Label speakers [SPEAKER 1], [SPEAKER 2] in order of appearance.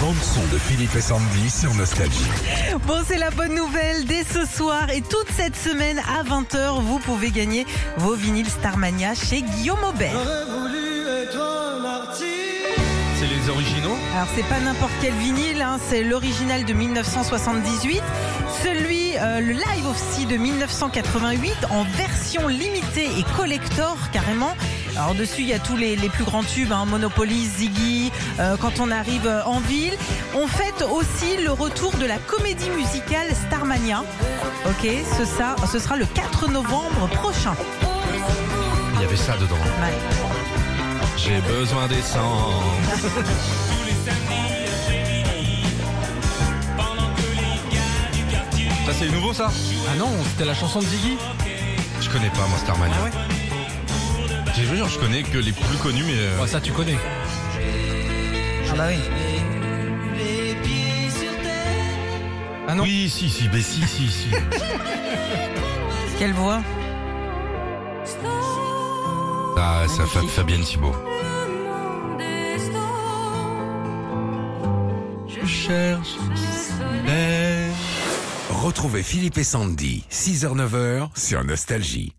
[SPEAKER 1] bande son de Philippe et Sandy sur Nostalgie.
[SPEAKER 2] Bon, c'est la bonne nouvelle. Dès ce soir et toute cette semaine à 20h, vous pouvez gagner vos vinyles Starmania chez Guillaume Aubert.
[SPEAKER 3] C'est les originaux
[SPEAKER 2] Alors, c'est pas n'importe quel vinyle, hein, c'est l'original de 1978, celui, euh, le live aussi de 1988 en version limitée et collector carrément. Alors, dessus, il y a tous les, les plus grands tubes, hein, Monopoly, Ziggy, euh, quand on arrive euh, en ville. On fête aussi le retour de la comédie musicale Starmania. Ok, ce, ça, ce sera le 4 novembre prochain.
[SPEAKER 3] Il y avait ça dedans.
[SPEAKER 2] Ouais.
[SPEAKER 3] J'ai besoin d'essence. Ça c'est nouveau ça
[SPEAKER 4] Ah non, c'était la chanson de Ziggy
[SPEAKER 3] Je connais pas moi Starmania.
[SPEAKER 4] Ah
[SPEAKER 3] Je vous jure, je connais que les plus connus mais... euh,
[SPEAKER 4] Ouais, ça tu connais.
[SPEAKER 2] Ah bah oui.
[SPEAKER 4] Ah non
[SPEAKER 3] Oui, si, si, mais si, si, si.
[SPEAKER 2] Quelle voix
[SPEAKER 3] ah, ça Fa- Fabienne Thibault. Je cherche... l'air.
[SPEAKER 1] Retrouvez Philippe et Sandy, 6h-9h sur Nostalgie.